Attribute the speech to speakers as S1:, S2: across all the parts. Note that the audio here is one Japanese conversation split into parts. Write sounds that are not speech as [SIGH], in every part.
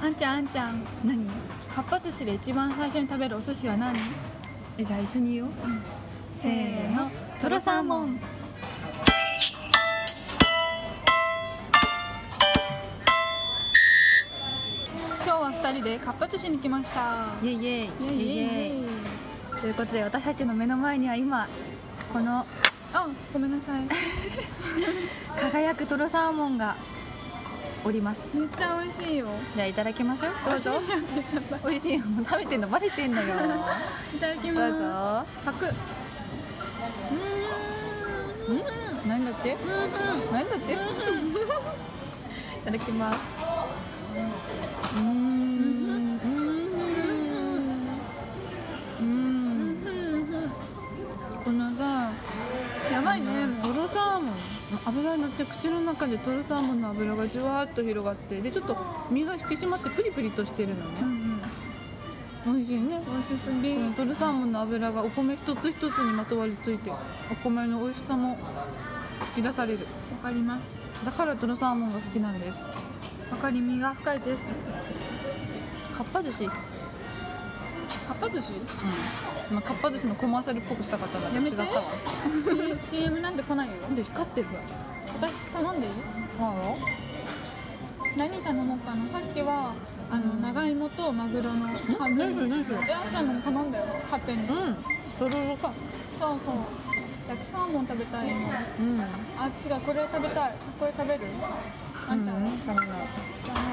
S1: あんちゃんあんちゃん
S2: 何
S1: かっぱ寿司で一番最初に食べるお寿司は何
S2: えじゃあ一緒に言おう
S1: せーのとろサーモン今日は二人でかっぱ寿司に来ました
S2: イエイイ
S1: イ
S2: エイ
S1: エイイエイイエイ
S2: イということで私たちの目の前には今この
S1: あごめんなさいめっ
S2: 輝くトロサーモンがおります
S1: ちゃ美味しいよ
S2: じゃあいただきましょうどうぞ
S1: めっちゃうまい
S2: 美味しいよもう食べてんのバレてんのよ
S1: いただき
S2: どう
S1: ます
S2: ぞ
S1: パクうーん
S2: うん何だって何だっていただきますうーんうーんうーんこのさ
S1: やばいね
S2: うん
S1: も
S2: と
S1: う
S2: ろサーモン油に乗って口の中でとろサーモンの油がじゅわーっと広がってでちょっと身が引き締まってプリプリとしてるの
S1: うんうん
S2: ね美味しいね
S1: 美味しす
S2: こ
S1: ぎ
S2: のとろサーモンの油がお米一つ一つにまとわりついてお米の美味しさも引き出される
S1: わかります
S2: だからとろサーモンが好きなんです
S1: わかりみが深いです
S2: かっぱ寿司、うん
S1: かっぱ [LAUGHS] 寿司
S2: まあ、かっぱ寿司のコマーシャルっぽくしたかったんだけ
S1: や
S2: ど
S1: め
S2: 違ってたわ
S1: C- CM なんて来ないよ
S2: なんで光ってる
S1: 私頼んでいい
S2: わあら
S1: 何頼もうかなさっきはあの長芋とマグロの半
S2: 何それ何それ
S1: えあんちゃんのも頼んだよ勝手に、
S2: うんとろろか
S1: そうそう焼きサーモン食べたいの
S2: うん
S1: あ違うこれ食べたいこれ食べるあんちゃんは、
S2: うん食べない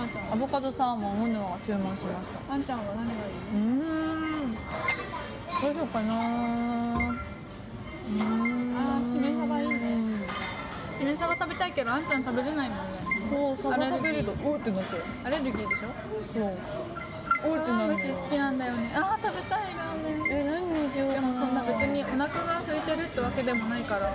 S1: あんちゃん
S2: ア
S1: は
S2: ボカドサーモンをのは注文しました
S1: あんちゃんは何がいいう
S2: ーんどうしようかなうーん
S1: あーしめ鯖いいね
S2: うん
S1: しめ鯖食べたいけどあんちゃん食べれないもんね
S2: そうサ
S1: ア
S2: バ
S1: レルギー
S2: 食べるとうーってなって
S1: アレルギーでしょ
S2: そううーってなる
S1: 茶碗
S2: の
S1: 蒸し好きなんだよねあー食べたいラーメン
S2: え何にしよう
S1: で
S2: か
S1: も
S2: な
S1: そんな別にお腹が空いてるってわけでもないから、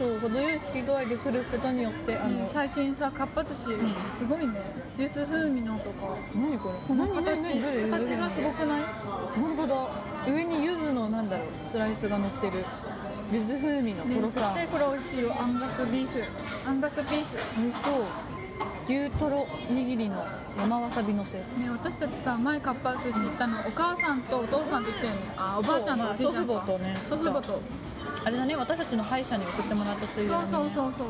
S2: そう程よい好き具合ですることによってあ
S1: うん
S2: の
S1: 最近さかっぱ寿司すごいねゆず風味のとか
S2: 何これ
S1: この形
S2: 何何何どれ
S1: 形がすごくない
S2: 本当だ上に柚子のなんだろうスライスが乗ってる柚子風味の
S1: ね
S2: とろ
S1: 絶
S2: さ
S1: 対これ美味しいよアンガスビーフアンガスビーフ
S2: 美味しそう牛とろ握りの山わさびのせ
S1: ね私たちさ前かっぱ寿司行ったのお母さんとお父さんと行ったよねあおばあちゃんとおじいちゃん
S2: そうまあ祖父母とね
S1: 祖父母と
S2: あれだね私たちの歯医者に送ってもらったついで
S1: そう
S2: だね
S1: そうそうそう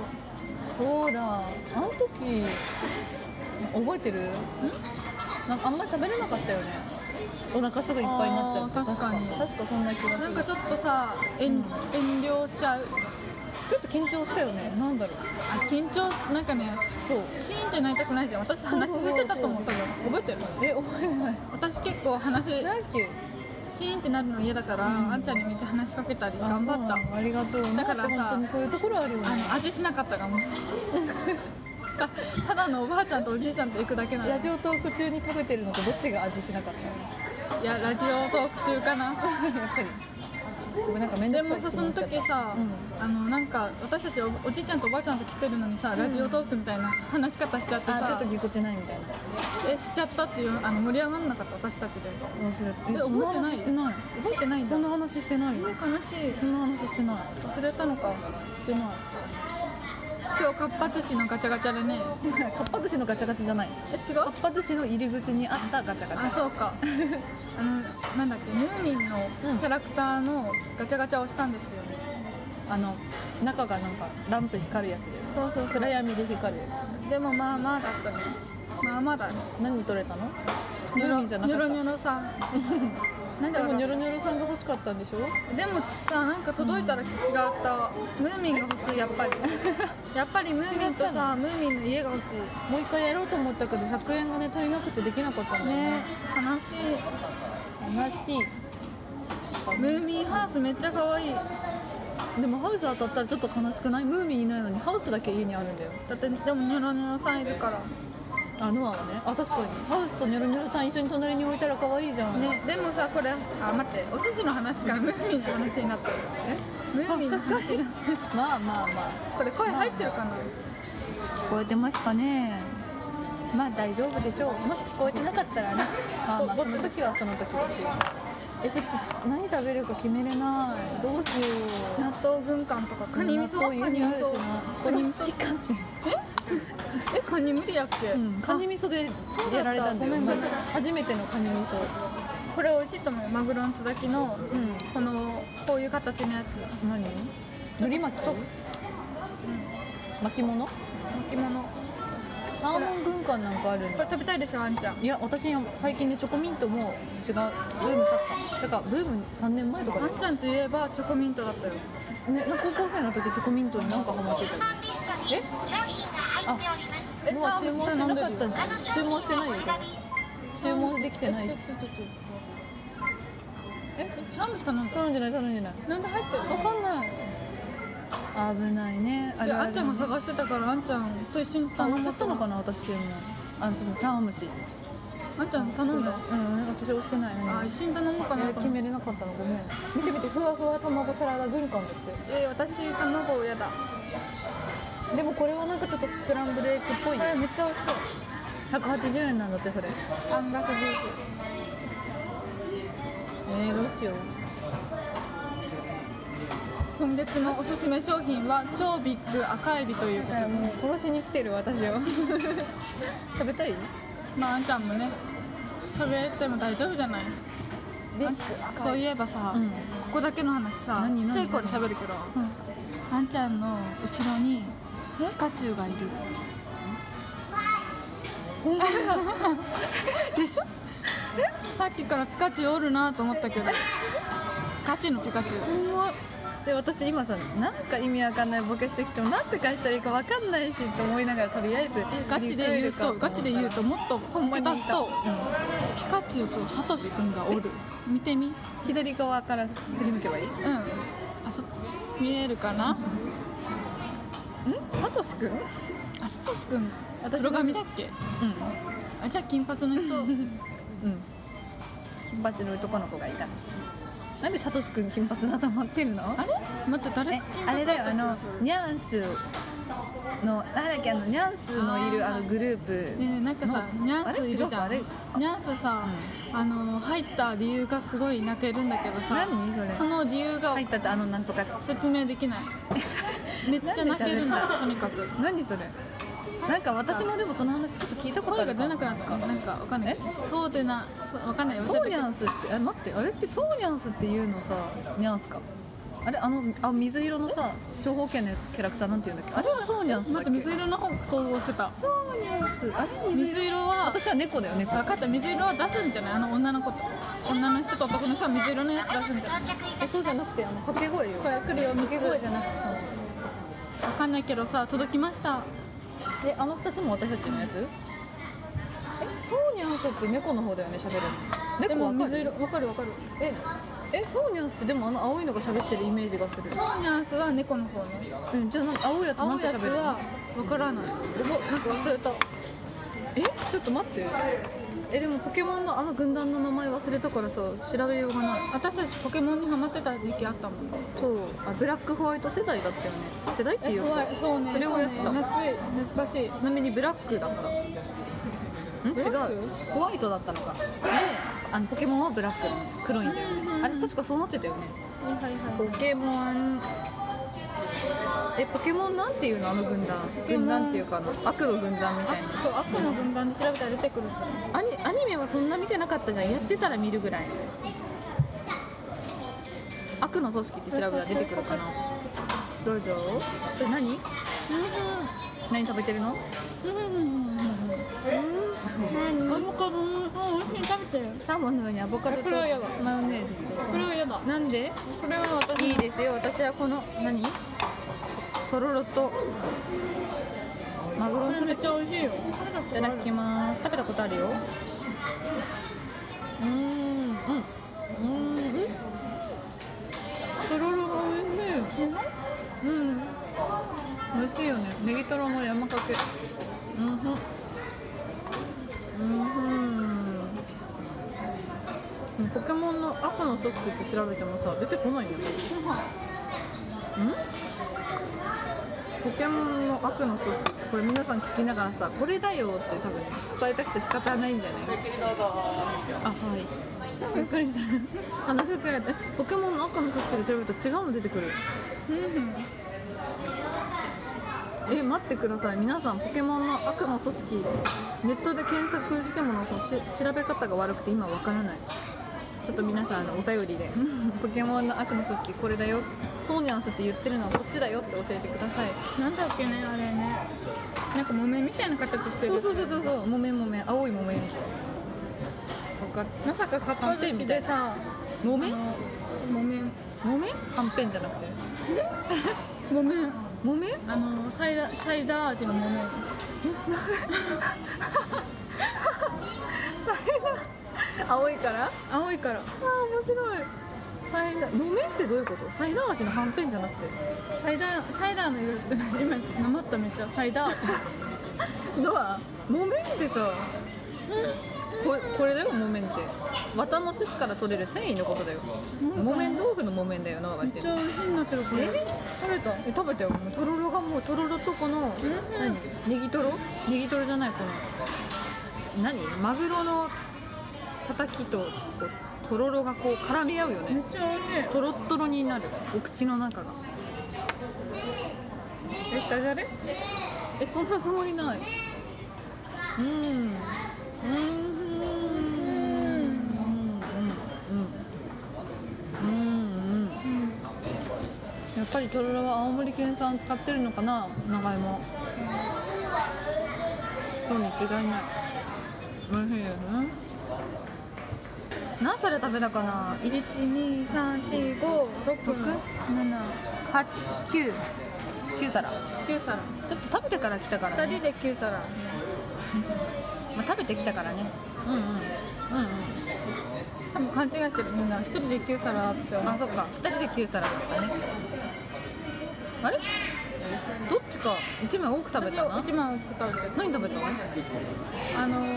S2: そうだあの時覚えてるなんかあんまり食べれなかったよねお腹すぐいっぱいになっちゃ
S1: あ
S2: う
S1: ー確かに
S2: 確か確かそんな気がする
S1: なんかちょっとさ遠,、
S2: うん
S1: 遠慮しちゃう
S2: ちょっと緊張したよねなんだろう
S1: あ緊張しなんかね
S2: そう
S1: シーンってなりたくないじゃん私話ずれてたと思う多分覚えてる
S2: え覚えて [LAUGHS] ない
S1: 私結構話
S2: 何キュ
S1: シーンってなるの嫌だから、あんちゃんにめっちゃ話しかけたり
S2: あ
S1: 頑張
S2: そう
S1: っ
S2: な
S1: た
S2: のありがとう
S1: だからさ
S2: なん本当にそういうところあるよね
S1: あの味しなかった
S2: [LAUGHS]
S1: かもたただのおばあちゃんとおじいちゃんと行くだけなの
S2: ラジオトーク中に食べてるのとどっちが味しなかった
S1: いやラジオトーク中かな
S2: [LAUGHS] やっぱりごめんなんか面
S1: で
S2: 倒くさ
S1: も
S2: い
S1: さそ
S2: 質
S1: の
S2: 問しち
S1: 時
S2: ゃった
S1: さ、あのなんか私たちおおじいちゃんとおばあちゃんと来てるのにさ、ラジオトークみたいな話し方しちゃって
S2: あちょ
S1: さ
S2: っとぎこちないみたいな
S1: えしちゃったっていうあの盛り上がんなかった私たちで
S2: 忘れ
S1: え
S2: えそんな
S1: 覚えてない
S2: 話してない
S1: 覚えてないんだ
S2: そんな話してない
S1: え
S2: よ
S1: 悲しい
S2: そんな話してない
S1: 忘れたのか
S2: してない
S1: 今日かっぱ寿司のガチャガチャでね
S2: [LAUGHS] かっぱ寿司のガチャガチャじゃない
S1: え違
S2: か
S1: う
S2: っぱ寿司の入り口にあったガチャガチ
S1: あ
S2: ャ
S1: そう
S2: [LAUGHS]
S1: かあのなんだっけムーミンの
S2: うん
S1: キャラクターのガチャガチャをしたんですよね、
S2: あの中がなんかランプ光るやつで
S1: そうそう
S2: 暗闇で光る
S1: でもまあまあだったねまあまあだね
S2: 何取れたのムーミンじゃなかった
S1: ニョロニョロさんなんでわ
S2: でも
S1: か
S2: ニ
S1: っ
S2: ョロニョロさんが欲しかったんでしょ
S1: たでもさなんか届いたら違った、ムーミンが欲しいやっぱり
S2: [LAUGHS]
S1: やっぱりムーミンと
S2: 違った
S1: さムーミンの家が欲し
S2: もう一回やろうと思ったけど100円がね足りなくてできなかった
S1: い
S2: んだよ
S1: ね
S2: ね
S1: 悲しい
S2: 悲しい
S1: ムーミンハウスめっちゃ可愛いだ
S2: でもハウス当たったらちょっと悲しくないムーミンいないのにハウスだけ家にあるんだよ
S1: ってでもニョロニョロさんいるから
S2: あノアはねあ確かにハウスとニョロニョロさん一緒に隣に置いたら可愛いじゃん、
S1: ね、でもさこれあ待ってお寿司の話からムーミンの話になってる
S2: え [LAUGHS]
S1: ムーミンの
S2: あ確か
S1: 話
S2: にまあまあまあ
S1: これ声入ってるかな
S2: 聞こえてますかねまあ大丈夫でしょうもし聞こえてなかったら [LAUGHS] ねまあまあその時はその時ですよえちょっと何食べるか決めれないどうしよう
S1: 納豆軍艦とかカニ味噌
S2: 納豆
S1: カ
S2: 家
S1: ニ
S2: に
S1: 味
S2: あるし
S1: 噌
S2: な
S1: カ
S2: こ
S1: ニ
S2: の
S1: 味
S2: 好き
S1: 噌
S2: かって
S1: えカニ無理やっけ、
S2: うん、カニ味噌でやられたんだよ
S1: そうだったごめんごめん
S2: まあ初めてのカニ味噌
S1: これ美味しいと思うよマグロのつばきの
S2: うん
S1: このこういう形のやつ、う
S2: 何のり巻き
S1: ん、
S2: 巻き物
S1: 巻物こ
S2: サーモン軍艦なんかあるん
S1: れ
S2: だ
S1: 食べたいでしょあんちゃん
S2: いや私最近ねチョコミントも違うブーム去っただからブーム3年前とか
S1: あ
S2: だよ
S1: んちゃんといえばチョコミントだったよ
S2: ね、なんか高校生の時チョコミントになんかハマってたよえ
S3: 商品が入っております。
S1: え
S2: もう注文してなかったんだ
S3: あの商
S2: 注
S3: 品
S2: 文してない
S3: お
S2: よ
S3: 選び
S2: 注文できてな
S1: え
S2: い
S1: ちょ
S2: 頼
S1: ちょちょちょ
S2: え
S1: えチャームしたなんだ
S2: んでない頼んでない
S1: なんで入ってる
S2: わ
S1: の
S2: かんない危ないね
S1: じゃああんちゃんが
S2: が
S1: 探してたからあんちゃんと一緒に
S2: あ
S1: 頼
S2: 忘
S1: ん
S2: れち
S1: だ
S2: ゃったのかな私注文あのその茶碗蒸し
S1: あんちゃん頼んだ
S2: うん私押してない
S1: あ
S2: ね
S1: 一緒に頼もうか
S2: い
S1: な
S2: や
S1: と
S2: 決
S1: 思って
S2: めれなかったのごめん見て見てふわふわ卵サラダ軍艦だっ
S1: えー私卵やだ
S2: てでもこれはなんかちょっとスクランブルエッグっぽい
S1: こ
S2: よ
S1: れめっちゃ美味しそ
S2: 180円なんだってそれ
S1: うアンガスビーフ
S2: えー、どうしよう
S1: 今月のおすすめ商品は超ビッグ赤エビということです、
S2: もう殺しに来てる私を [LAUGHS] 食べたい
S1: まああんちゃんもね食べても大丈夫じゃないあそういえばさ、
S2: うん
S1: ここだけの話さ
S2: 何
S1: ちっちゃい
S2: 何
S1: 頃喋るけど
S2: うん
S1: あんちゃんの後ろにピカチュウがいる
S2: ほんまだ
S1: でしょさっきからピカチュウおるなと思ったけどガチのピカチュウ
S2: ほんまで私今さなんか意味わかんないボケしてきてもなんて返したらいいかわかんないしと思いながらとりあえず
S1: ガチで言うとガチで言うともっと
S2: ほんま
S1: 付
S2: に
S1: け足すと
S2: う
S1: ピカチュウとサトシくんがおる見てみうん
S2: ん左側から振り向けばいいん
S1: あそっち見えるかな
S2: サトシくんうん
S1: あサトシくん
S2: 私
S1: 黒髪だっけあじゃあ金髪の
S2: [LAUGHS]
S1: 人
S2: うん金髪の男の子がいたなんでサトシくん金髪の頭ってるの
S1: あれ待って誰
S2: え
S1: 金
S2: あれ
S1: 髪
S2: だ
S1: だっ
S2: よ
S1: た
S2: あ
S1: 気
S2: の
S1: がする
S2: ニャンスのなんだっけあのニャンスのいる
S1: あー
S2: あのグループ
S1: ねえなんかさニャンスいるじゃ
S2: あ
S1: ん
S2: れ違
S1: ニ
S2: うかあれ
S1: ャンスさ、あの入った理由がすごい泣けるんだけどさ
S2: 何それ
S1: その理由が
S2: 入ったってあのなんとか
S1: 説明でき
S2: [LAUGHS]
S1: ないめっちゃ泣けるん
S2: なんで
S1: だとにか
S2: [LAUGHS]
S1: く
S2: 何それなんか私もでもその話ちょっと聞いたことあ
S1: 声が
S2: る
S1: 出
S2: か
S1: なくなったなんかわかんないそうでなそうわかんない忘れたけ
S2: ソ
S1: ど
S2: ーニャンスってあ待ってあれってソーニャンスっていうのさニャンスかあれあのあ水色のさ長方形のやつキャラクターなんていうんだっけあれはソーニャンスだっ
S1: 待っ
S2: け
S1: て水色の方想像してた
S2: ソーニャンスあれ水色
S1: 水色は
S2: 私は猫だよ猫
S1: 分かった水色は出すんじゃないあの女の子と女の人と男の人は水色のやつ出すんじゃない
S3: 到着いたします。
S2: そうじゃなくてあの掛け声よ
S1: これ来るよ
S2: 掛
S1: 水
S2: け
S1: 声
S2: 声
S1: じ
S2: じ
S1: ゃ
S2: ゃ
S1: な
S2: な
S1: く
S2: く
S1: て
S2: てその
S1: 分かんないけどさ届きました
S2: えあの二つも私たちのやつえソーニャンスって猫の方だよね喋る
S1: で
S2: の猫
S1: も
S2: わか
S1: 水
S2: る
S1: 色わかるわかる
S2: ええソーニャンスってでもあの青いのが喋ってるイメージがする
S1: ソーニャンスは猫の方ね
S2: うんじゃあなんか青いやつな
S1: 青
S2: ん
S1: い
S2: て
S1: や
S2: 喋
S1: つ
S2: るの
S1: はわからないおなんか忘れた
S2: えちょっと待ってえでもポケモンのあの軍団の名前忘れたからさ調べようがない
S1: 私たちポケモンにハマってた時期あったもん
S2: そうあブラックホワイト世代だったよね世代っていうか
S1: 怖いそうね
S2: それをやった
S1: そうね懐かしい
S2: ちなみにブラックだったん違
S1: ブラッ
S2: うホワイトだったのかであのポケモンはブラックなの黒いんだよねあれ確かそうなってたよね
S1: はいはい
S2: ポケモンえポケモンなんていうのあの軍団
S1: ケモン
S2: 軍団っていうかあの悪の軍団みたいな
S1: あそうアップの分断で調べたら出てくるんじゃない
S2: アニアニメはそんな見てなかったじゃんやってたら見るぐらい悪の組織って調べたら出てくるかなどうぞそれ何何食べてるの
S1: アボカドうん美味しい食べてる
S2: サーモンの上にアボカドと
S1: これはやだ
S2: マヨネーズ
S1: これは嫌だ
S2: となんで
S1: これは私
S2: いいですよ私はこの何とろろとマグロ
S1: こ
S2: の
S1: れめっ
S2: 詰め
S1: ちゃ美味しいよ
S2: いただきます食べたことあるよ
S1: うーんうんうんうんとろろが美味しいうん
S2: 美味しいよねネギトロの山かけ
S1: うんうん
S2: うんポケモンの赤の組織って調べてもさ出てこないんだよんポケモンの悪の組織これ皆さん聞きながらさこれだよって多分伝えたくて仕方ないんじゃないあはいびっくりした話しかけられてポケモンの赤の組織で調べると違うの出てくる
S1: うんうん
S2: え待ってください皆さんポケモンの悪の組織ネットで検索してものそのし調べ方が悪くて今わからないちょっと皆さんあのお便りでポケモンの悪の組織これだよソーニャンスって言ってるのはこっちだよって教えてください
S1: なんだっけねあれねなんか木綿みたいな形して
S2: そ
S1: る
S2: うそうそうそうそうもめもめ青いもめみたい
S1: わかったまさかかっ
S2: な
S1: ぱ寿司でさ
S2: さもめ
S1: あの木綿
S2: もめはんぺんじゃなくて
S1: 木綿
S2: もめ
S1: あのサイダーサイダー味の木綿
S2: 青いからあ
S1: 青いから
S2: あ面白いサイダーもめってどういうことサイダー味のはんぺんじゃなくて
S1: サイダーサイダーの色してない今なまっためっちゃサイダー
S2: のは木綿ってさこれこれだよ木綿って綿の種子から取れる繊維のことだよ木綿豆腐の木綿だよな
S1: め
S2: 分か
S1: っ
S2: って
S1: ちゃ美味しいんだけどこれ
S2: え
S1: 取れた
S2: え食べたよもうとろろがもうとろろとこの
S1: ん
S2: 何ネギとろネギとろじゃないこの何マグロのたたきとこうとろろがこう絡み合うよ
S1: めっ
S2: ね
S1: ちゃ美味しい
S2: とろっとろになるお口の中が
S1: えダジャレ
S2: えそんなつもりないうんうんうんうんうんうんうんやっぱりとろろは青森県産使ってるのかな長芋そうに違いない美味しいですね何皿食べたかな
S1: 一二三四五六七
S2: 189皿
S1: 九皿
S2: ちょっと食べてから来たから、ね、
S1: 二人で九皿
S2: まあ、食べてきたからねうんうんうんう
S1: 多分勘違いしてるみんな一人で九皿って
S2: ん
S1: 思
S2: あ
S1: う
S2: そっか2人で9皿だったねあれどっちか1枚多く食べたな
S1: 私一番多く食べてる
S2: 何食べたの
S1: あのー